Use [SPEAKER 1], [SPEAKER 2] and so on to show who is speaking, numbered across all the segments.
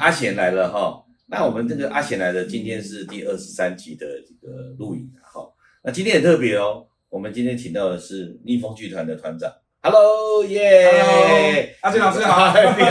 [SPEAKER 1] 哎贤来了哈，那我们这个阿贤来了，今天是第二十三集的这个录影啊哈。那今天很特别哦，我们今天请到的是逆风剧团的团长，Hello 耶
[SPEAKER 2] Hello，阿俊老师好
[SPEAKER 1] 你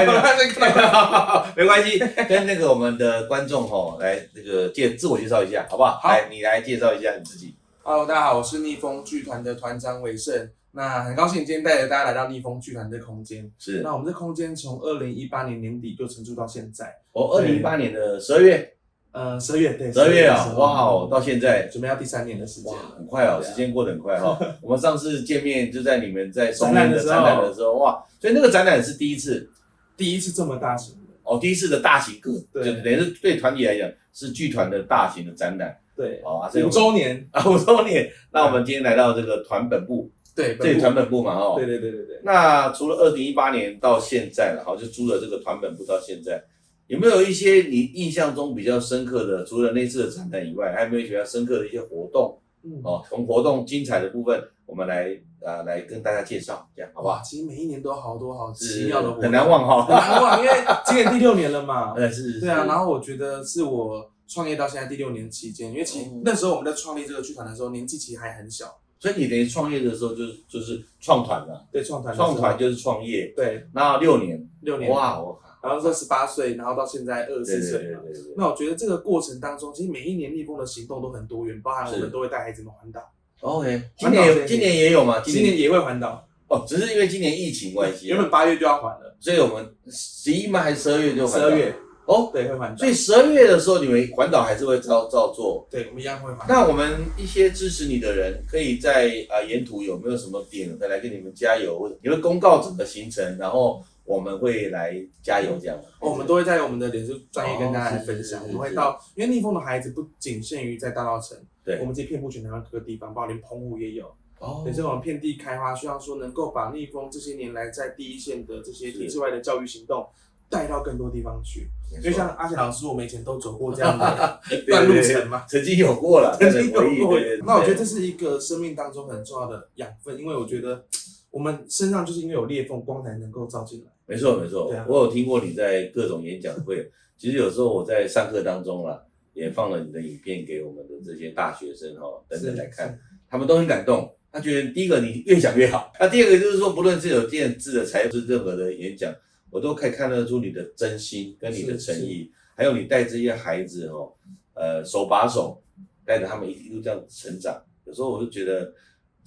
[SPEAKER 1] 好 没关系，跟那个我们的观众哈来这个介自我介绍一下好不好？
[SPEAKER 2] 好
[SPEAKER 1] 来你来介绍一下你自己。
[SPEAKER 2] Hello，大家好，我是逆风剧团的团长伟盛。那很高兴今天带着大家来到逆风剧团的空间。
[SPEAKER 1] 是
[SPEAKER 2] 那我们这空间从二零一八年年底就承租到现在，
[SPEAKER 1] 我二零一八年的十二月，
[SPEAKER 2] 呃，十二月对，
[SPEAKER 1] 十二月
[SPEAKER 2] 的
[SPEAKER 1] 啊，
[SPEAKER 2] 时候
[SPEAKER 1] 哇哦，到现在
[SPEAKER 2] 准备要第三年的时间
[SPEAKER 1] 哇，
[SPEAKER 2] 了。
[SPEAKER 1] 很快哦，
[SPEAKER 2] 对啊
[SPEAKER 1] 时间过得很快哈、 哦。我们上次见面就在你们在松
[SPEAKER 2] 展览
[SPEAKER 1] 烟
[SPEAKER 2] 的
[SPEAKER 1] 的
[SPEAKER 2] 时候
[SPEAKER 1] 展览的时候，哇，所以那个展览是第一次
[SPEAKER 2] 第一次这么大型的，
[SPEAKER 1] 哦，第一次的大型个，
[SPEAKER 2] 对
[SPEAKER 1] 就等于是对团体来讲是剧团的大型的展览，
[SPEAKER 2] 对，
[SPEAKER 1] 好、啊，所以我
[SPEAKER 2] 五
[SPEAKER 1] 们
[SPEAKER 2] 周年，
[SPEAKER 1] 啊五周年。那我们今天来到这个团本部，
[SPEAKER 2] 对，
[SPEAKER 1] 这里
[SPEAKER 2] 部
[SPEAKER 1] 团本部嘛哦，
[SPEAKER 2] 对对对对对。
[SPEAKER 1] 那除了二零一八年到现在了，哈，就租了这个团本部到现在，有没有一些你印象中比较深刻的？除了那次的展览以外，还有没有比较深刻的一些活动？
[SPEAKER 2] 嗯，
[SPEAKER 1] 哦，从活动精彩的部分，我们来呃来跟大家介绍，这样好不
[SPEAKER 2] 哇，
[SPEAKER 1] 好？
[SPEAKER 2] 其实每一年都有好多
[SPEAKER 1] 是
[SPEAKER 2] 好哦奇妙的活动，
[SPEAKER 1] 很难，忘
[SPEAKER 2] 很
[SPEAKER 1] 哈。
[SPEAKER 2] 难忘，因为今年第六年了嘛，
[SPEAKER 1] 呃，是，是
[SPEAKER 2] 对啊，然后我觉得是我创业到现在第六年期间，因为其实
[SPEAKER 1] 哦
[SPEAKER 2] 那时候我们在创立这个剧团的时候，年纪其实还很小，
[SPEAKER 1] 所以你等于创业的时候就是就是创团了，
[SPEAKER 2] 对创团的时候
[SPEAKER 1] 创团就是创业，
[SPEAKER 2] 对
[SPEAKER 1] 那六年，
[SPEAKER 2] 啊六年，
[SPEAKER 1] 哇，我靠，
[SPEAKER 2] 然后说十八岁，然后到现在二
[SPEAKER 1] 对
[SPEAKER 2] 十四
[SPEAKER 1] 对
[SPEAKER 2] 岁
[SPEAKER 1] 对
[SPEAKER 2] 嘛。
[SPEAKER 1] 对对，
[SPEAKER 2] 那我觉得这个过程当中，其实每一年逆风的行动都很多元，包含我
[SPEAKER 1] 是
[SPEAKER 2] 们都会带孩子们环岛，
[SPEAKER 1] OK，今年有今年也有嘛？
[SPEAKER 2] 今年也会环岛，
[SPEAKER 1] 哦，只是因为今年疫情关系啊，
[SPEAKER 2] 原本八月就要环了，
[SPEAKER 1] 所以我们十一吗？还是十二月就环
[SPEAKER 2] 十
[SPEAKER 1] 岛
[SPEAKER 2] 二月
[SPEAKER 1] 哦。
[SPEAKER 2] 对会环岛
[SPEAKER 1] 所以，十二月的时候，你们环岛还是会照照做。
[SPEAKER 2] 对我们一样会环。
[SPEAKER 1] 那我们一些支持你的人，可以在啊、呃沿途有没有什么点再来跟你们加油？你会公告整个行程，然后我们会来加油这样吗。
[SPEAKER 2] 哦我们都会在我们的脸书专业跟大家来
[SPEAKER 1] 哦
[SPEAKER 2] 分
[SPEAKER 1] 是
[SPEAKER 2] 享，
[SPEAKER 1] 是
[SPEAKER 2] 我们
[SPEAKER 1] 是
[SPEAKER 2] 会到，因为逆风的孩子不仅限于在大稻城，
[SPEAKER 1] 对
[SPEAKER 2] 我们其实遍布全台湾各个地方，包括连澎湖也有，
[SPEAKER 1] 哦
[SPEAKER 2] 也是我们遍地开花，希望说能够把逆风这些年来在第一线的这些
[SPEAKER 1] 是
[SPEAKER 2] 体制外的教育行动带到更多地方去。
[SPEAKER 1] 没
[SPEAKER 2] 就
[SPEAKER 1] 错
[SPEAKER 2] 像阿贤老师，我们以前都走过这样 的段路程嘛，
[SPEAKER 1] 曾经有过了，
[SPEAKER 2] 曾 经有
[SPEAKER 1] 回忆
[SPEAKER 2] 过
[SPEAKER 1] 对对对。
[SPEAKER 2] 那我觉得这是一个生命当中很重要的养分，因为我觉得我们身上就是因为有裂缝，光才能够照进来。
[SPEAKER 1] 没错没错
[SPEAKER 2] 对啊，
[SPEAKER 1] 我有听过你在各种演讲会，其实有时候我在上课当中啦，也放了你的影片给我们的这些大学生哦等等来看，
[SPEAKER 2] 是，
[SPEAKER 1] 他们都很感动。他觉得第一个你越讲越好，那第二个就是说，不论是有电视的才是任何的演讲，我都可以看得出你的真心跟你的诚意，还有你带这些孩子哦，呃，手把手带着他们一路这样成长。有时候我就觉得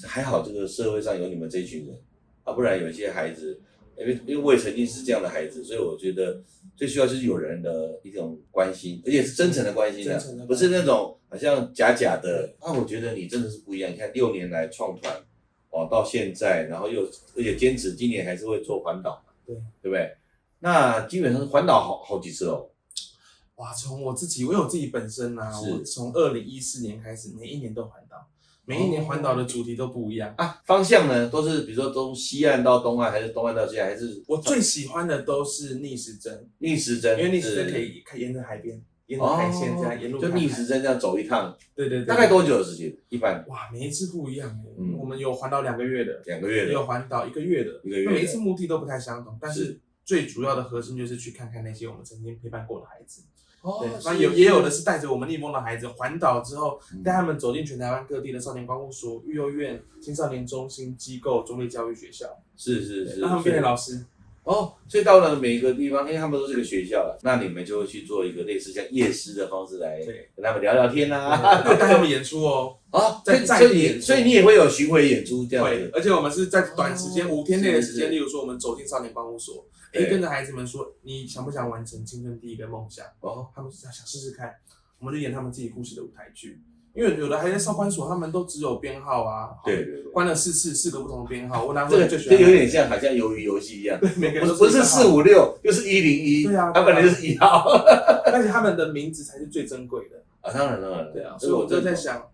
[SPEAKER 1] 还好，这个社会上有你们这一群人啊，不然有一些孩子，因为因为我也曾经是这样的孩子，所以我觉得最需要就是有人的一种关心，而且是真诚的关心的、
[SPEAKER 2] 嗯真诚的关心
[SPEAKER 1] 不是那种好像假假的。那、我觉得你真的是不一样。你看六年来创团哦，到现在，然后又而且坚持今年还是会做环岛嘛，
[SPEAKER 2] 对
[SPEAKER 1] 对不对？那基本上是环岛好好几次哦，
[SPEAKER 2] 哇，从我自己，因为我自己本身啊，
[SPEAKER 1] 是
[SPEAKER 2] 我从二零一四年开始，每一年都环岛，每一年环岛的主题都不一样。
[SPEAKER 1] 啊，方向呢都是比如说从西岸到东岸，还是东岸到西岸，还是
[SPEAKER 2] 我最喜欢的都是逆时针，
[SPEAKER 1] 逆时针？
[SPEAKER 2] 因为逆时针
[SPEAKER 1] 是
[SPEAKER 2] 可以可以沿着海边，沿着海线这样、沿路
[SPEAKER 1] 哦就
[SPEAKER 2] 看海
[SPEAKER 1] 逆时，针这样走一趟，
[SPEAKER 2] 对对对，
[SPEAKER 1] 大概多久的时间？一般
[SPEAKER 2] 哇，每一次不一样欸、
[SPEAKER 1] 嗯
[SPEAKER 2] 我们有环岛两个月的，
[SPEAKER 1] 两个月
[SPEAKER 2] 也
[SPEAKER 1] 的，
[SPEAKER 2] 有环岛一个月的，
[SPEAKER 1] 一个月的
[SPEAKER 2] 那每一次目的都不太相同，但
[SPEAKER 1] 是
[SPEAKER 2] 是最主要的核心就是去看看那些我们曾经陪伴过的孩子。
[SPEAKER 1] 哦
[SPEAKER 2] 对，那有也有的是带着我们逆风的孩子环岛之后，
[SPEAKER 1] 嗯
[SPEAKER 2] 带他们走进全台湾各地的少年关护所、育幼院、青少年中心机构、中立教育学校，
[SPEAKER 1] 是是是，
[SPEAKER 2] 让他们变成 老师。
[SPEAKER 1] 哦，所以到了每一个地方，哎因为他们都是个学校了，那你们就会去做一个类似像夜师的方式来
[SPEAKER 2] 对
[SPEAKER 1] 跟他们聊聊天 啦。
[SPEAKER 2] 会带他们演出哦，
[SPEAKER 1] 啊，所
[SPEAKER 2] 在
[SPEAKER 1] 以
[SPEAKER 2] 在
[SPEAKER 1] 所以
[SPEAKER 2] 演
[SPEAKER 1] 你
[SPEAKER 2] 出
[SPEAKER 1] 所以你也会有巡回演出这样
[SPEAKER 2] 对
[SPEAKER 1] 子，，
[SPEAKER 2] 而且我们是在短时间
[SPEAKER 1] 哦
[SPEAKER 2] 五天内的时
[SPEAKER 1] 是是
[SPEAKER 2] 间，例如说我们走进少年关护所，
[SPEAKER 1] 对
[SPEAKER 2] 诶，跟着孩子们说你想不想完成青春第一个梦想？
[SPEAKER 1] 哦，
[SPEAKER 2] 他们想想试试看，我们就演他们自己故事的舞台剧，因为有的还在少管所，他们都只有编号啊，
[SPEAKER 1] 对，对对，
[SPEAKER 2] 关了四次四个不同的编号，我拿
[SPEAKER 1] 这
[SPEAKER 2] 回
[SPEAKER 1] 个
[SPEAKER 2] 来最喜
[SPEAKER 1] 这
[SPEAKER 2] 欢，
[SPEAKER 1] 有点像好像鱿鱼游戏一样，
[SPEAKER 2] 对每个
[SPEAKER 1] 不
[SPEAKER 2] 人
[SPEAKER 1] 是
[SPEAKER 2] 都
[SPEAKER 1] 不是四
[SPEAKER 2] 五，
[SPEAKER 1] 五六，就是一零一，
[SPEAKER 2] 对啊
[SPEAKER 1] 它本来就是一号
[SPEAKER 2] 但是他们的名字才是最珍贵的，
[SPEAKER 1] 啊，当然当然，
[SPEAKER 2] 对啊，
[SPEAKER 1] 这
[SPEAKER 2] 所以
[SPEAKER 1] 个
[SPEAKER 2] 我就
[SPEAKER 1] 真的
[SPEAKER 2] 在想，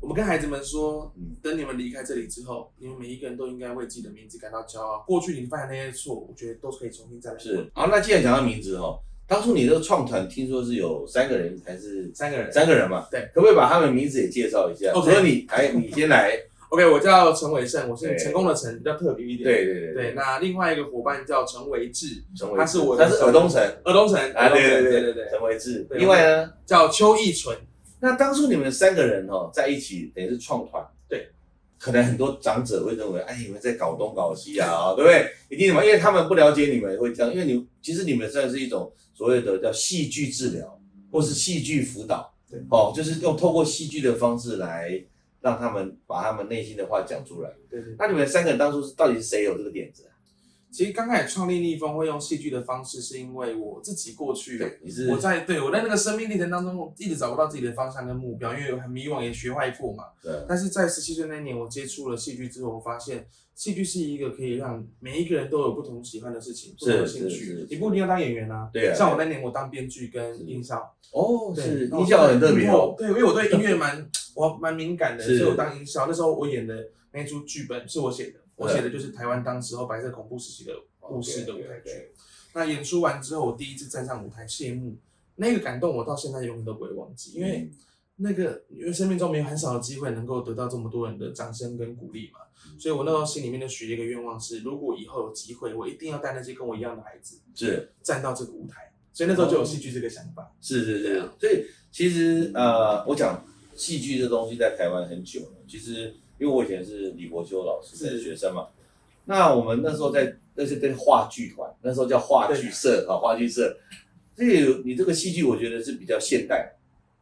[SPEAKER 2] 我们跟孩子们说
[SPEAKER 1] 嗯，
[SPEAKER 2] 等你们离开这里之后，你们每一个人都应该为自己的名字感到骄傲，过去你犯的那些错，我觉得都可以重新再来，
[SPEAKER 1] 是好，那既然讲到名字哦，当初你这个创团听说是有三个人还是
[SPEAKER 2] 三个人。
[SPEAKER 1] 三个人嘛？
[SPEAKER 2] 对，
[SPEAKER 1] 可不可以把他们名字也介绍一下？
[SPEAKER 2] OK
[SPEAKER 1] 所以你，哎，你先来，
[SPEAKER 2] OK，我叫陈伟盛，我是
[SPEAKER 1] 对
[SPEAKER 2] 成功的成，比较特别一点。
[SPEAKER 1] 对对对
[SPEAKER 2] 对，，那另外一个伙伴叫陈维志，
[SPEAKER 1] 陈维
[SPEAKER 2] 他是我的
[SPEAKER 1] 他是尔东城
[SPEAKER 2] 尔东城，
[SPEAKER 1] 啊，
[SPEAKER 2] 尔东
[SPEAKER 1] 对
[SPEAKER 2] 城
[SPEAKER 1] 对
[SPEAKER 2] 对
[SPEAKER 1] 对
[SPEAKER 2] 对，
[SPEAKER 1] 陈维志。
[SPEAKER 2] 对
[SPEAKER 1] 另外呢，
[SPEAKER 2] 叫邱义纯，
[SPEAKER 1] 那当初你们三个人哦在一起，等于是创团，
[SPEAKER 2] 对，
[SPEAKER 1] 可能很多长者会认为，哎，你们在搞东搞西啊，哦对不对？一定嘛，因为他们不了解你们会这样，因为你其实你们算是一种所谓的叫戏剧治疗，或是戏剧辅导，
[SPEAKER 2] 对
[SPEAKER 1] 哦，就是用透过戏剧的方式来让他们把他们内心的话讲出来。
[SPEAKER 2] 对对。
[SPEAKER 1] 那你们三个人当初是到底是谁有这个点子啊？
[SPEAKER 2] 其实刚开始创立逆风会用戏剧的方式，是因为我自己过去。
[SPEAKER 1] 对，你是
[SPEAKER 2] 我在对我在那个生命历程当中，我一直找不到自己的方向跟目标，因为很迷惘，也学坏过嘛。
[SPEAKER 1] 对
[SPEAKER 2] 但是在十七岁那年，我接触了戏剧之后，我发现戏剧是一个可以让每一个人都有不同喜欢的事情、不同的
[SPEAKER 1] 是
[SPEAKER 2] 兴
[SPEAKER 1] 是
[SPEAKER 2] 趣
[SPEAKER 1] 是。
[SPEAKER 2] 你不一定要当演员啊，
[SPEAKER 1] 对啊
[SPEAKER 2] 像我那年，我当编剧跟
[SPEAKER 1] 是
[SPEAKER 2] 音效，
[SPEAKER 1] 哦，
[SPEAKER 2] 对
[SPEAKER 1] 是
[SPEAKER 2] 然后
[SPEAKER 1] 音效很特别哦，
[SPEAKER 2] 对，因为我对音乐蛮我蛮敏感的，所
[SPEAKER 1] 是
[SPEAKER 2] 以我当音效。那时候我演的那一出剧本是我写的，我
[SPEAKER 1] 对
[SPEAKER 2] 写的就是台湾当时候白色恐怖时期的故事的舞台
[SPEAKER 1] 哦 OK，OK，OK
[SPEAKER 2] 剧。那演出完之后，我第一次站上舞台谢幕，那个感动我到现在永远都不会忘记，
[SPEAKER 1] 嗯
[SPEAKER 2] 因为。那个，因为生命中没有很少的机会能够得到这么多人的掌声跟鼓励嘛，
[SPEAKER 1] 嗯
[SPEAKER 2] 所以我那时候心里面就许一个愿望是，如果以后有机会，我一定要带那些跟我一样的孩子
[SPEAKER 1] 是。
[SPEAKER 2] 站到这个舞台，所以那时候就有戏剧这个想法。
[SPEAKER 1] 是是
[SPEAKER 2] 对
[SPEAKER 1] 是
[SPEAKER 2] 啊，
[SPEAKER 1] 所以其实呃，我讲戏剧这东西在台湾很久了。其实因为我以前是李国修老师的
[SPEAKER 2] 是
[SPEAKER 1] 学生嘛，那我们那时候在那是对话剧团，那时候叫话剧社啊，话剧社。所以你这个戏剧，我觉得是比较现代，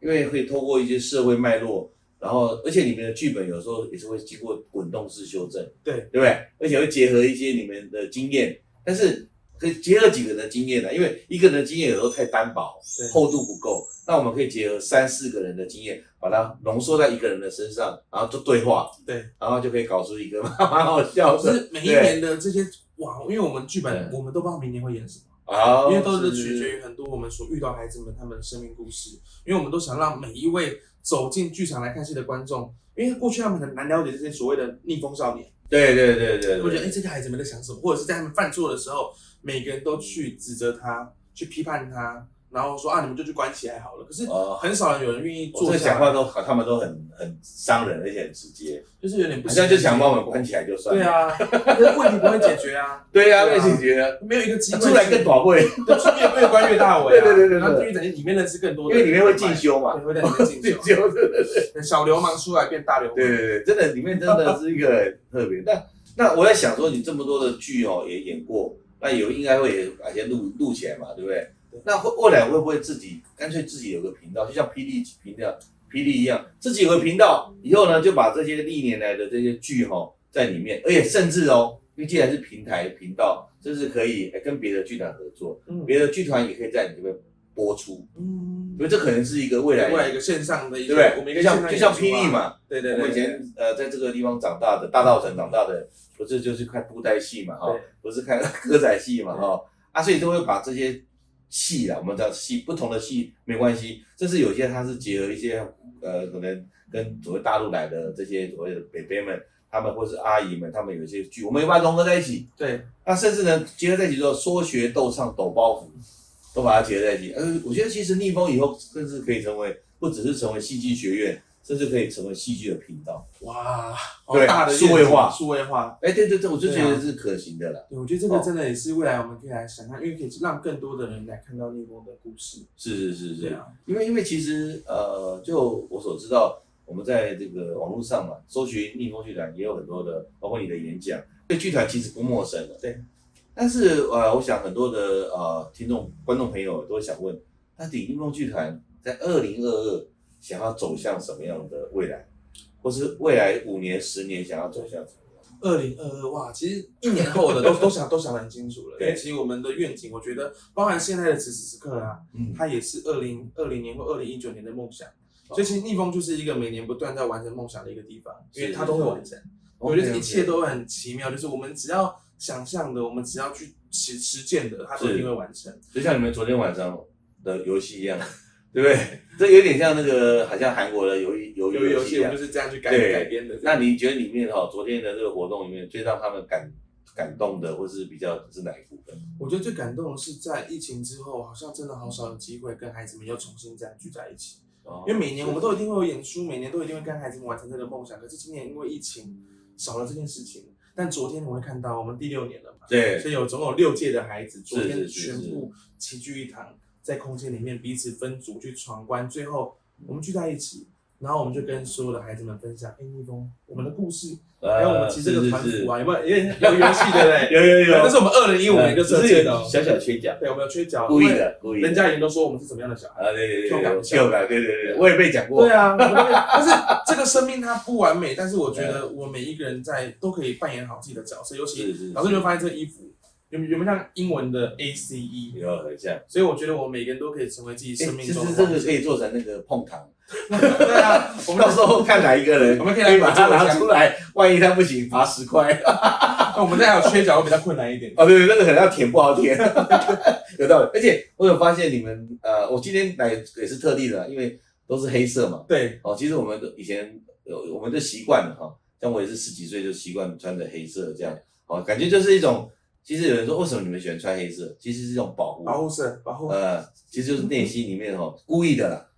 [SPEAKER 1] 因为会透过一些社会脉络，然后而且你们的剧本有时候也是会经过滚动式修正，
[SPEAKER 2] 对
[SPEAKER 1] 对不对？而且会结合一些你们的经验，但是可以结合几个人的经验啊呢、因为一个人的经验有时候太单薄
[SPEAKER 2] 对，
[SPEAKER 1] 厚度不够，那我们可以结合三四个人的经验，把它浓缩在一个人的身上，然后做对话，
[SPEAKER 2] 对，
[SPEAKER 1] 然后就可以搞出一个 蛮好笑
[SPEAKER 2] 就
[SPEAKER 1] 的。
[SPEAKER 2] 是每一年的这些哇，因为我们剧本
[SPEAKER 1] 对
[SPEAKER 2] 我们都不知道明年会演什么，
[SPEAKER 1] 啊，
[SPEAKER 2] 因为都是取决于很多我们所遇到孩子们他们的生命故事，因为我们都想让每一位走进剧场来看戏的观众，因为过去他们很难了解这些所谓的逆风少年。
[SPEAKER 1] 对对对对
[SPEAKER 2] 我觉得，哎、
[SPEAKER 1] 对，
[SPEAKER 2] 这些孩子们在想什么，或者是在他们犯错的时候，每个人都去指责他，去批判他，然后说啊，你们就去关起来好了。可是
[SPEAKER 1] 哦
[SPEAKER 2] 很少人有人愿意
[SPEAKER 1] 我
[SPEAKER 2] 坐
[SPEAKER 1] 这
[SPEAKER 2] 下
[SPEAKER 1] 讲话
[SPEAKER 2] 来，
[SPEAKER 1] 都好，他们都很很伤人，而且很直接，
[SPEAKER 2] 就是有点不
[SPEAKER 1] 好
[SPEAKER 2] 行，
[SPEAKER 1] 像就想把我们关起来就算
[SPEAKER 2] 对
[SPEAKER 1] 了。
[SPEAKER 2] 啊，可是问题不会解决啊，
[SPEAKER 1] 对啊，
[SPEAKER 2] 对
[SPEAKER 1] 而
[SPEAKER 2] 啊
[SPEAKER 1] 且觉得
[SPEAKER 2] 没有一个机会
[SPEAKER 1] 出来更宝贵，
[SPEAKER 2] 对，出面越关越大尾、啊。
[SPEAKER 1] 对对对对对
[SPEAKER 2] 然后地狱展里面认识更多
[SPEAKER 1] 因
[SPEAKER 2] 的
[SPEAKER 1] 为
[SPEAKER 2] 人，
[SPEAKER 1] 里面会进修嘛
[SPEAKER 2] 对，，会在里面进
[SPEAKER 1] 进
[SPEAKER 2] 修，
[SPEAKER 1] 修对对对。
[SPEAKER 2] 小流氓出来变大流氓。
[SPEAKER 1] 对对对，真的里面真的是一个很特别。那那我在想说，你这么多的剧哦也演过，那有应该会也把一些录录起来嘛，对不对
[SPEAKER 2] 对？
[SPEAKER 1] 那会未来会不会自己干脆自己有个频道，就像霹雳频道、霹雳一样，自啊己有个频道，以后呢就把这些历年来的这些剧哦在里面，而且甚至哦，因为既然是平台频道，就是可以哎跟别的剧团合作，
[SPEAKER 2] 嗯
[SPEAKER 1] 别的剧团也可以在你这边播出，
[SPEAKER 2] 嗯，
[SPEAKER 1] 所以这可能是一个未来
[SPEAKER 2] 另，外一个线上的一
[SPEAKER 1] 对
[SPEAKER 2] 个，
[SPEAKER 1] 不对？
[SPEAKER 2] 我们一
[SPEAKER 1] 就
[SPEAKER 2] 个
[SPEAKER 1] 像就像霹雳
[SPEAKER 2] 雳，
[SPEAKER 1] 嘛，
[SPEAKER 2] 对对
[SPEAKER 1] 我
[SPEAKER 2] 对，
[SPEAKER 1] 们以前呃在这个地方长大的，大道城长大的，不是就是看布袋戏嘛哈
[SPEAKER 2] 对，
[SPEAKER 1] 不是看歌仔戏嘛哈，啊，所以都会把这些戏啊，我们叫戏，不同的戏没关系，甚至有些它是结合一些呃可能跟所谓大陆来的这些所谓的北北们，他们或是阿姨们，他们有一些剧，我们也把它融合在一起，
[SPEAKER 2] 对
[SPEAKER 1] 那甚至呢结合在一起之后，说学逗唱抖包袱，都把它结合在一起。呃，我觉得其实逆风以后甚至可以成为不只是成为戏剧学院，甚至可以成为戏剧的频道。
[SPEAKER 2] 哇，好
[SPEAKER 1] 对
[SPEAKER 2] 大的
[SPEAKER 1] 数位
[SPEAKER 2] 愿景
[SPEAKER 1] 化
[SPEAKER 2] 数位化，
[SPEAKER 1] 哎，对对对，我就觉
[SPEAKER 2] 对
[SPEAKER 1] 得
[SPEAKER 2] 啊
[SPEAKER 1] 是可行的啦。
[SPEAKER 2] 对，我觉得这个
[SPEAKER 1] 哦
[SPEAKER 2] 真的也是未来我们可以来想看，因为可以让更多的人来看到逆风的故事。
[SPEAKER 1] 是是是
[SPEAKER 2] 对
[SPEAKER 1] 是，
[SPEAKER 2] 啊，
[SPEAKER 1] 因为因为其实呃，就我所知道，我们在这个网络上嘛，搜寻逆风剧团也有很多的，包括你的演讲，对剧团其实不陌生的。
[SPEAKER 2] 对。
[SPEAKER 1] 但是呃，我想很多的呃听众观众朋友都会想问，那鼎逆风剧团在二零二二想要走向什么样的未来，或是未来五年、十年想要走向什么样？
[SPEAKER 2] 二零二二哇，其实一年 后的都都想都想得很清楚了。因
[SPEAKER 1] 对
[SPEAKER 2] 为其实我们的愿景，我觉得包含现在的此时此刻啊，
[SPEAKER 1] 嗯，
[SPEAKER 2] 它也是二零二零年或二零一九年的梦想。
[SPEAKER 1] 哦
[SPEAKER 2] 所以其实逆风就是一个每年不断在完成梦想的一个地方，因为
[SPEAKER 1] 是
[SPEAKER 2] 它都会完成。我觉得
[SPEAKER 1] OK，OK
[SPEAKER 2] 一切都很奇妙，就是我们只要想象的，我们只要去实实践的，它都一定会完成。
[SPEAKER 1] 就像你们昨天晚上的游戏一样，对不对？这有点像那个，好像韩国的游游
[SPEAKER 2] 由于游
[SPEAKER 1] 戏
[SPEAKER 2] 戏
[SPEAKER 1] 一
[SPEAKER 2] 我
[SPEAKER 1] 样
[SPEAKER 2] 们就。是这样去改
[SPEAKER 1] 对
[SPEAKER 2] 改编的。
[SPEAKER 1] 那你觉得里面哈、昨天的这个活动里面，最让他们感感动的，或是比较是哪一部分？
[SPEAKER 2] 我觉得最感动的是，在疫情之后，好像真的好少有机会跟孩子们又重新这样聚在一起。
[SPEAKER 1] 哦
[SPEAKER 2] 因为每年我们都一定会有演出，每年都一定会跟孩子们完成这个梦想。可是今年因为疫情少了这件事情，但昨天我会看到我们第六年了嘛，
[SPEAKER 1] 对
[SPEAKER 2] 所以有总有六届的孩子，昨天
[SPEAKER 1] 是是
[SPEAKER 2] 全部齐聚一堂，在空间里面彼此分组去闯关，最后我们聚在一起，然后我们就跟所有的孩子们分享，哎，逆风，我们的故事，
[SPEAKER 1] 呃
[SPEAKER 2] 还有我们骑这个团服啊，有没有？有点有游戏 对不对？
[SPEAKER 1] 有有有，呃
[SPEAKER 2] 那是我们二零一五年就设
[SPEAKER 1] 哦只
[SPEAKER 2] 计
[SPEAKER 1] 是
[SPEAKER 2] 的
[SPEAKER 1] 有
[SPEAKER 2] 哦，
[SPEAKER 1] 小小缺角，
[SPEAKER 2] 对，我们有缺角，
[SPEAKER 1] 故意，的，故意的。
[SPEAKER 2] 人家也都说我们是怎么样的小孩。
[SPEAKER 1] 啊，对对对，
[SPEAKER 2] Q 感
[SPEAKER 1] 就感，对对对，我也被讲过。
[SPEAKER 2] 对 啊，我们会但是这个生命它不完美，但是我觉得我每一个人在都可以扮演好自己的角色，尤其
[SPEAKER 1] 是是，
[SPEAKER 2] 老师你会发现这个衣服有有没有像英文的 A C E，
[SPEAKER 1] 有很像。
[SPEAKER 2] 所以我觉得我每个人都可以成为自己
[SPEAKER 1] 诶
[SPEAKER 2] 生命
[SPEAKER 1] 其
[SPEAKER 2] 中
[SPEAKER 1] 实
[SPEAKER 2] 的
[SPEAKER 1] 这
[SPEAKER 2] 王
[SPEAKER 1] 个
[SPEAKER 2] 者。
[SPEAKER 1] 可以做成那个碰糖，
[SPEAKER 2] 对啊，我们
[SPEAKER 1] 到时候看哪一个人，
[SPEAKER 2] 我们可以
[SPEAKER 1] 可
[SPEAKER 2] 来
[SPEAKER 1] 以把它
[SPEAKER 2] 做一下
[SPEAKER 1] 拿出来，万一他不行，罚十块。
[SPEAKER 2] 那我们这还有缺角会比较困难一点。
[SPEAKER 1] 哦，对对，那个可能要舔不好舔， 有道理。而且我有发现你们，呃，我今天来也是特地的，因为都是黑色嘛。
[SPEAKER 2] 对，
[SPEAKER 1] 哦，其实我们都以前有我们就习惯了哈、像我也是十几岁就习惯穿着黑色这样，哦，感觉就是一种。其实有人说，为什么你们喜欢穿黑色？其实是一种保护，
[SPEAKER 2] 保护色，保护
[SPEAKER 1] 呃，其实就是内心里面哦，故意的啦，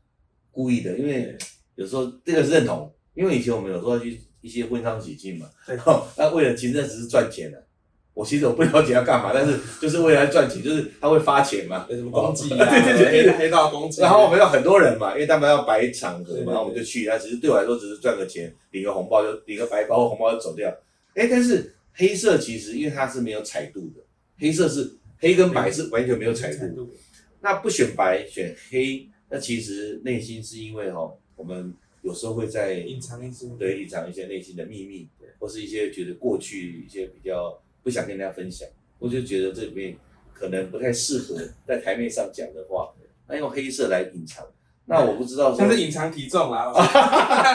[SPEAKER 1] 故意的，因为有时候这个是认同，因为以前我们有时候去一些婚丧喜庆嘛，
[SPEAKER 2] 对
[SPEAKER 1] 哦那、为了情，那只是赚钱的、我其实我不了解要干嘛，但是就是为了要赚钱，就是他会发钱嘛，
[SPEAKER 2] 有什么攻击啊？
[SPEAKER 1] 哦 对对对对
[SPEAKER 2] 黑黑道攻击。 啊
[SPEAKER 1] 然后我们有很多人嘛，因为他们要摆场合
[SPEAKER 2] 对对
[SPEAKER 1] 嘛，
[SPEAKER 2] 对
[SPEAKER 1] 然后我们就去。那其实对我来说只是赚个钱，领个红包就领个白包红包就走掉。哎，但是黑色其实因为它是没有彩度的，黑色是黑跟白是完全没有彩度。
[SPEAKER 2] 度，
[SPEAKER 1] 那不选白选黑，那其实内心是因为哈、哦，我们有时候会在
[SPEAKER 2] 隐藏一些。
[SPEAKER 1] 对隐藏一些内心的秘密
[SPEAKER 2] 对，
[SPEAKER 1] 或是一些觉得过去一些比较不想跟大家分享，我就觉得这里面可能不太适 合在台面上讲的话，那用黑色来隐藏。那我不知道说
[SPEAKER 2] 像是隐 藏体重啦，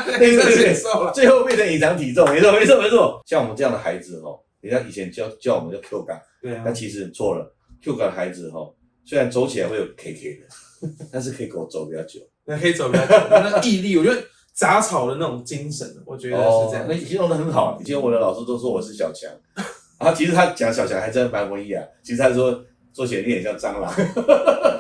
[SPEAKER 1] 对对
[SPEAKER 2] 黑色
[SPEAKER 1] 对
[SPEAKER 2] 显瘦啦。
[SPEAKER 1] 最后变成隐藏体重，没错没错没错。像我们这样的孩子哦，人家以前叫叫我们叫 Q 感，
[SPEAKER 2] 对啊
[SPEAKER 1] 那，其实错了。Q 感的孩子哦，虽然走起来会有 KK 的， 但是可以给我走比较久。
[SPEAKER 2] 那黑走比较久，那毅力，我觉得杂草的那种精神，我觉得是这样。
[SPEAKER 1] 哦那形容的很好。以前我的老师都说我是小强， 啊，其实他讲小强还真的蛮文艺啊。其实他说做起来你很像蟑螂，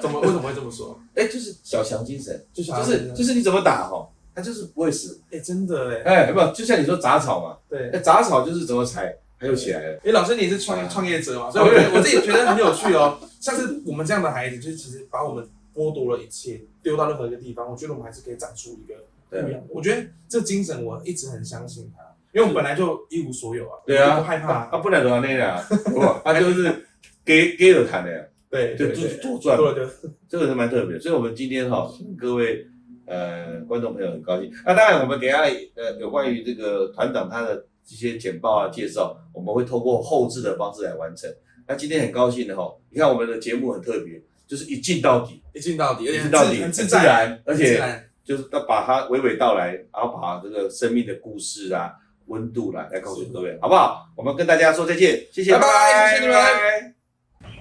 [SPEAKER 2] 怎么为什么会这么说？
[SPEAKER 1] 哎、就是小强精神，
[SPEAKER 2] 就
[SPEAKER 1] 就
[SPEAKER 2] 想
[SPEAKER 1] 是就是你怎么打哈，他就是不会死。
[SPEAKER 2] 哎、真的哎，
[SPEAKER 1] 哎、不，就像你说杂草嘛，
[SPEAKER 2] 对
[SPEAKER 1] 哎、。杂草就是怎么踩，它又起来了。
[SPEAKER 2] 哎、老师，你是创业创业者嘛？所以我觉得我自己觉得很有趣哦。像是我们这样的孩子，就是其实把我们剥夺了一切，丢到任何一个地方，我觉得我们还是可以长出一个
[SPEAKER 1] 对啊
[SPEAKER 2] 不一样的。我觉得这精神我一直很相信他，因为我们本来就一无所有啊，
[SPEAKER 1] 对啊
[SPEAKER 2] 也不害怕啊、
[SPEAKER 1] 啊，不然怎么那样啊？ 不，他就是给给了他那样，
[SPEAKER 2] 对
[SPEAKER 1] 就
[SPEAKER 2] 对
[SPEAKER 1] 就
[SPEAKER 2] 对，
[SPEAKER 1] 左转嘛
[SPEAKER 2] 对对，
[SPEAKER 1] 这个是蛮特别的，所以我们今天哈、各位呃观众朋友很高兴。那当然，我们等一下呃有关于这个团长他的这些简报啊介绍，我们会透过后置的方式来完成。那今天很高兴的哈、你看我们的节目很特别，就是一进到底，
[SPEAKER 2] 一进到底，而
[SPEAKER 1] 一
[SPEAKER 2] 且
[SPEAKER 1] 进
[SPEAKER 2] 很
[SPEAKER 1] 到底，
[SPEAKER 2] 自
[SPEAKER 1] 很
[SPEAKER 2] 很
[SPEAKER 1] 自
[SPEAKER 2] 自在，
[SPEAKER 1] 然，而
[SPEAKER 2] 很自
[SPEAKER 1] 且
[SPEAKER 2] 然
[SPEAKER 1] 就是要把它娓娓道来，然后把这个生命的故事啊、温度啦、来告诉各位，好不好？我们跟大家说再见，谢谢，
[SPEAKER 2] 拜拜谢谢你们
[SPEAKER 1] 拜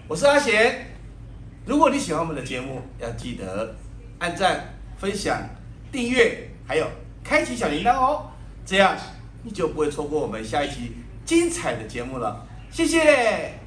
[SPEAKER 1] 我是阿贤，如果你喜欢我们的节目，要记得按赞、分享、订阅，还有开启小铃铛哦，这样你就不会错过我们下一期精彩的节目了。谢谢。